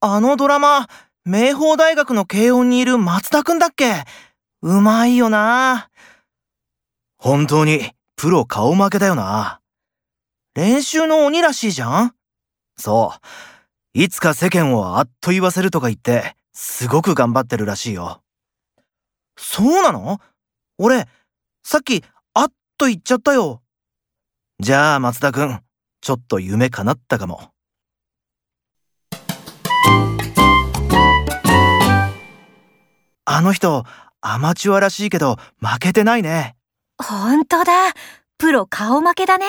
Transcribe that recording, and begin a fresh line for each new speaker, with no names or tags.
あのドラマ、明峰大学の慶音にいる松田くんだっけうまいよな
本当にプロ顔負けだよな。
練習の鬼らしいじゃん
そう。いつか世間をあっと言わせるとか言って、すごく頑張ってるらしいよ。
そうなの俺、さっき、あっと言っちゃったよ。
じゃあ松田くん、ちょっと夢叶ったかも。あの人、アマチュアらしいけど負けてないね。
ほんとだ。プロ顔負けだね。